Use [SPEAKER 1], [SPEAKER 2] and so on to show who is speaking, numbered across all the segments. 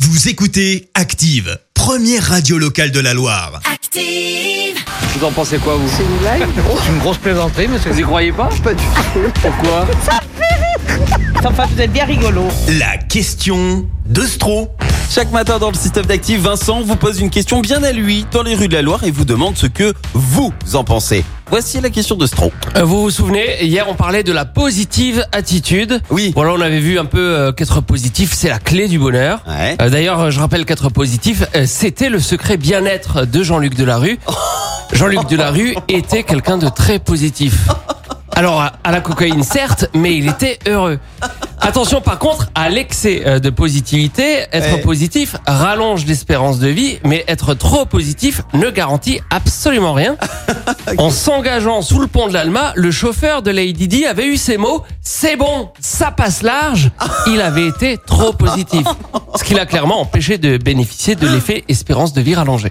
[SPEAKER 1] Vous écoutez Active, première radio locale de la Loire.
[SPEAKER 2] Active.
[SPEAKER 3] Vous en pensez quoi, vous
[SPEAKER 4] C'est une blague
[SPEAKER 3] C'est une grosse plaisanterie, monsieur. Vous y croyez pas
[SPEAKER 4] Pas du tout.
[SPEAKER 3] Pourquoi
[SPEAKER 4] Enfin, vous êtes bien rigolo.
[SPEAKER 1] La question de Stro.
[SPEAKER 5] Chaque matin dans le système d'actifs, Vincent vous pose une question bien à lui dans les rues de la Loire et vous demande ce que vous en pensez. Voici la question de Stro.
[SPEAKER 6] Euh, Vous vous souvenez, hier on parlait de la positive attitude.
[SPEAKER 5] Oui.
[SPEAKER 6] Voilà, on avait vu un peu euh, qu'être positif, c'est la clé du bonheur.
[SPEAKER 5] Ouais.
[SPEAKER 6] Euh, D'ailleurs, euh, je rappelle qu'être positif, euh, c'était le secret bien-être de Jean-Luc Delarue. Jean-Luc Delarue était quelqu'un de très positif. Alors, à- à la cocaïne, certes, mais il était heureux. Attention, par contre, à l'excès euh, de positivité, être
[SPEAKER 5] Ouais.
[SPEAKER 6] positif rallonge l'espérance de vie, mais être trop positif ne garantit absolument rien. En s'engageant sous le pont de l'Alma, le chauffeur de Lady Di avait eu ces mots C'est bon, ça passe large. Il avait été trop positif. Ce qui l'a clairement empêché de bénéficier de l'effet espérance de vie rallongée.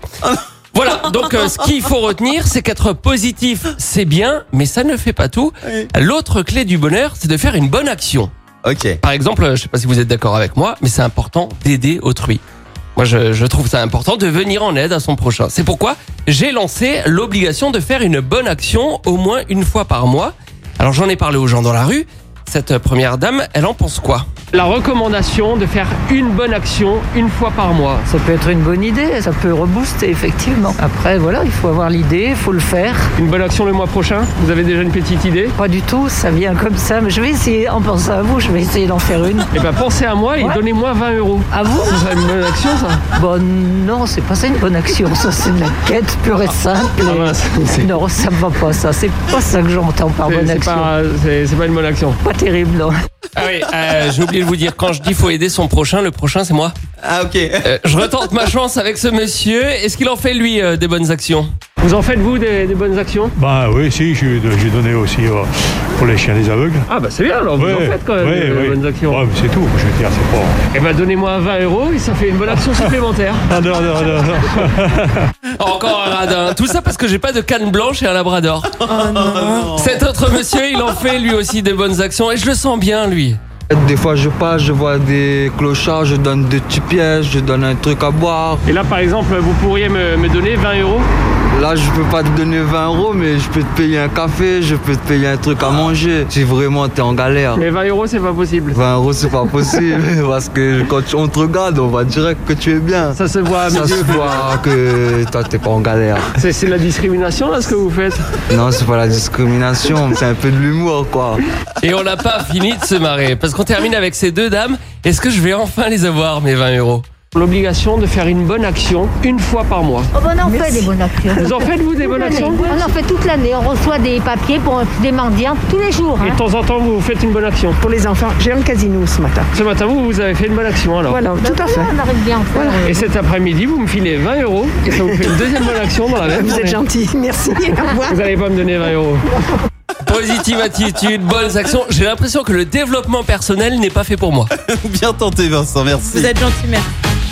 [SPEAKER 6] Voilà, donc euh, ce qu'il faut retenir, c'est qu'être positif, c'est bien, mais ça ne fait pas tout.
[SPEAKER 5] Oui.
[SPEAKER 6] L'autre clé du bonheur, c'est de faire une bonne action.
[SPEAKER 5] Ok.
[SPEAKER 6] Par exemple, euh, je sais pas si vous êtes d'accord avec moi, mais c'est important d'aider autrui. Moi, je, je trouve ça important de venir en aide à son prochain. C'est pourquoi j'ai lancé l'obligation de faire une bonne action au moins une fois par mois. Alors, j'en ai parlé aux gens dans la rue. Cette euh, première dame, elle en pense quoi La recommandation de faire une bonne action une fois par mois.
[SPEAKER 4] Ça peut être une bonne idée, ça peut rebooster, effectivement. Après, voilà, il faut avoir l'idée, il faut le faire.
[SPEAKER 6] Une bonne action le mois prochain Vous avez déjà une petite idée
[SPEAKER 4] Pas du tout, ça vient comme ça. Mais je vais essayer, en pensant à vous, je vais essayer d'en faire une.
[SPEAKER 6] Eh ben, pensez à moi et
[SPEAKER 4] Ouais.
[SPEAKER 6] donnez-moi 20 euros.
[SPEAKER 4] À vous
[SPEAKER 6] Ce serait une bonne action, ça
[SPEAKER 4] Bon, non, c'est pas ça une bonne action, ça, c'est de la quête pure et simple.
[SPEAKER 6] Ah, mince, c'est-
[SPEAKER 4] Non, ça me va pas, ça. C'est pas ça que j'entends par
[SPEAKER 6] c'est-
[SPEAKER 4] bonne
[SPEAKER 6] c'est
[SPEAKER 4] action.
[SPEAKER 6] pas- c'est- c'est pas une bonne action.
[SPEAKER 4] Pas terrible, non.
[SPEAKER 6] Ah oui, euh, j'ai oublié de vous dire, quand je dis faut aider son prochain, le prochain c'est moi.
[SPEAKER 5] Ah ok.
[SPEAKER 6] Euh, je retente ma chance avec ce monsieur. Est-ce qu'il en fait lui euh, des bonnes actions Vous en faites vous des, bonnes actions
[SPEAKER 7] Bah oui, si, j'ai j'ai donné aussi euh, pour les chiens des aveugles.
[SPEAKER 6] Ah bah c'est bien alors,
[SPEAKER 7] Ouais, ouais, ouais. Ouais, mais c'est tout, je veux dire, c'est pas...
[SPEAKER 6] Eh ben donnez-moi 20 euros et ça fait une bonne action supplémentaire.
[SPEAKER 7] Ah non, non, non, non.
[SPEAKER 6] Encore un radin. Tout ça parce que j'ai pas de canne blanche et un labrador. Cet autre monsieur, il en fait lui aussi des bonnes actions et je le sens bien lui.
[SPEAKER 8] Des fois, je passe, je vois des clochards, je donne des petits pièges, je donne un truc à boire.
[SPEAKER 6] Et là par exemple, vous pourriez me, donner 20 euros
[SPEAKER 8] Là, je peux pas te donner 20 euros, mais je peux te payer un café, je peux te payer un truc à manger. Si vraiment t'es en galère.
[SPEAKER 6] Mais 20 euros c'est pas possible.
[SPEAKER 8] 20 euros, c'est pas possible, parce que quand tu- on te regarde, on va direct que tu es bien.
[SPEAKER 6] Ça se voit à mes
[SPEAKER 8] Ça se
[SPEAKER 6] yeux.
[SPEAKER 8] voit que toi, t'es pas en galère.
[SPEAKER 6] C'est c'est de la discrimination là ce que vous faites.
[SPEAKER 8] Non, c'est pas la discrimination, c'est un peu de l'humour, quoi.
[SPEAKER 6] Et on n'a pas fini de se marrer. Parce qu'on termine avec ces deux dames. Est-ce que je vais enfin les avoir, mes 20 euros
[SPEAKER 9] L'obligation de faire une bonne action une fois par mois.
[SPEAKER 2] Oh ben on en fait des bonnes actions.
[SPEAKER 9] Vous en faites, vous, des bonnes actions
[SPEAKER 2] Ah On en fait toute l'année. On reçoit des papiers pour des mendiants tous les jours.
[SPEAKER 9] Et
[SPEAKER 2] hein.
[SPEAKER 9] de temps en temps, vous faites une bonne action.
[SPEAKER 10] pour les enfants. J'ai un casino ce matin.
[SPEAKER 9] Ce matin, vous, vous avez fait une bonne action alors.
[SPEAKER 10] Voilà, tout à fait.
[SPEAKER 2] On arrive bien. à faire, euh,
[SPEAKER 9] Et cet après-midi, vous me filez 20 euros et ça vous fait une deuxième bonne action dans la même
[SPEAKER 10] Vous êtes
[SPEAKER 9] journée.
[SPEAKER 10] gentil, merci. Au revoir.
[SPEAKER 9] Vous n'allez pas me donner 20 euros.
[SPEAKER 6] Positive attitude, bonnes actions. J'ai l'impression que le développement personnel n'est pas fait pour moi.
[SPEAKER 5] Bien tenté Vincent, merci.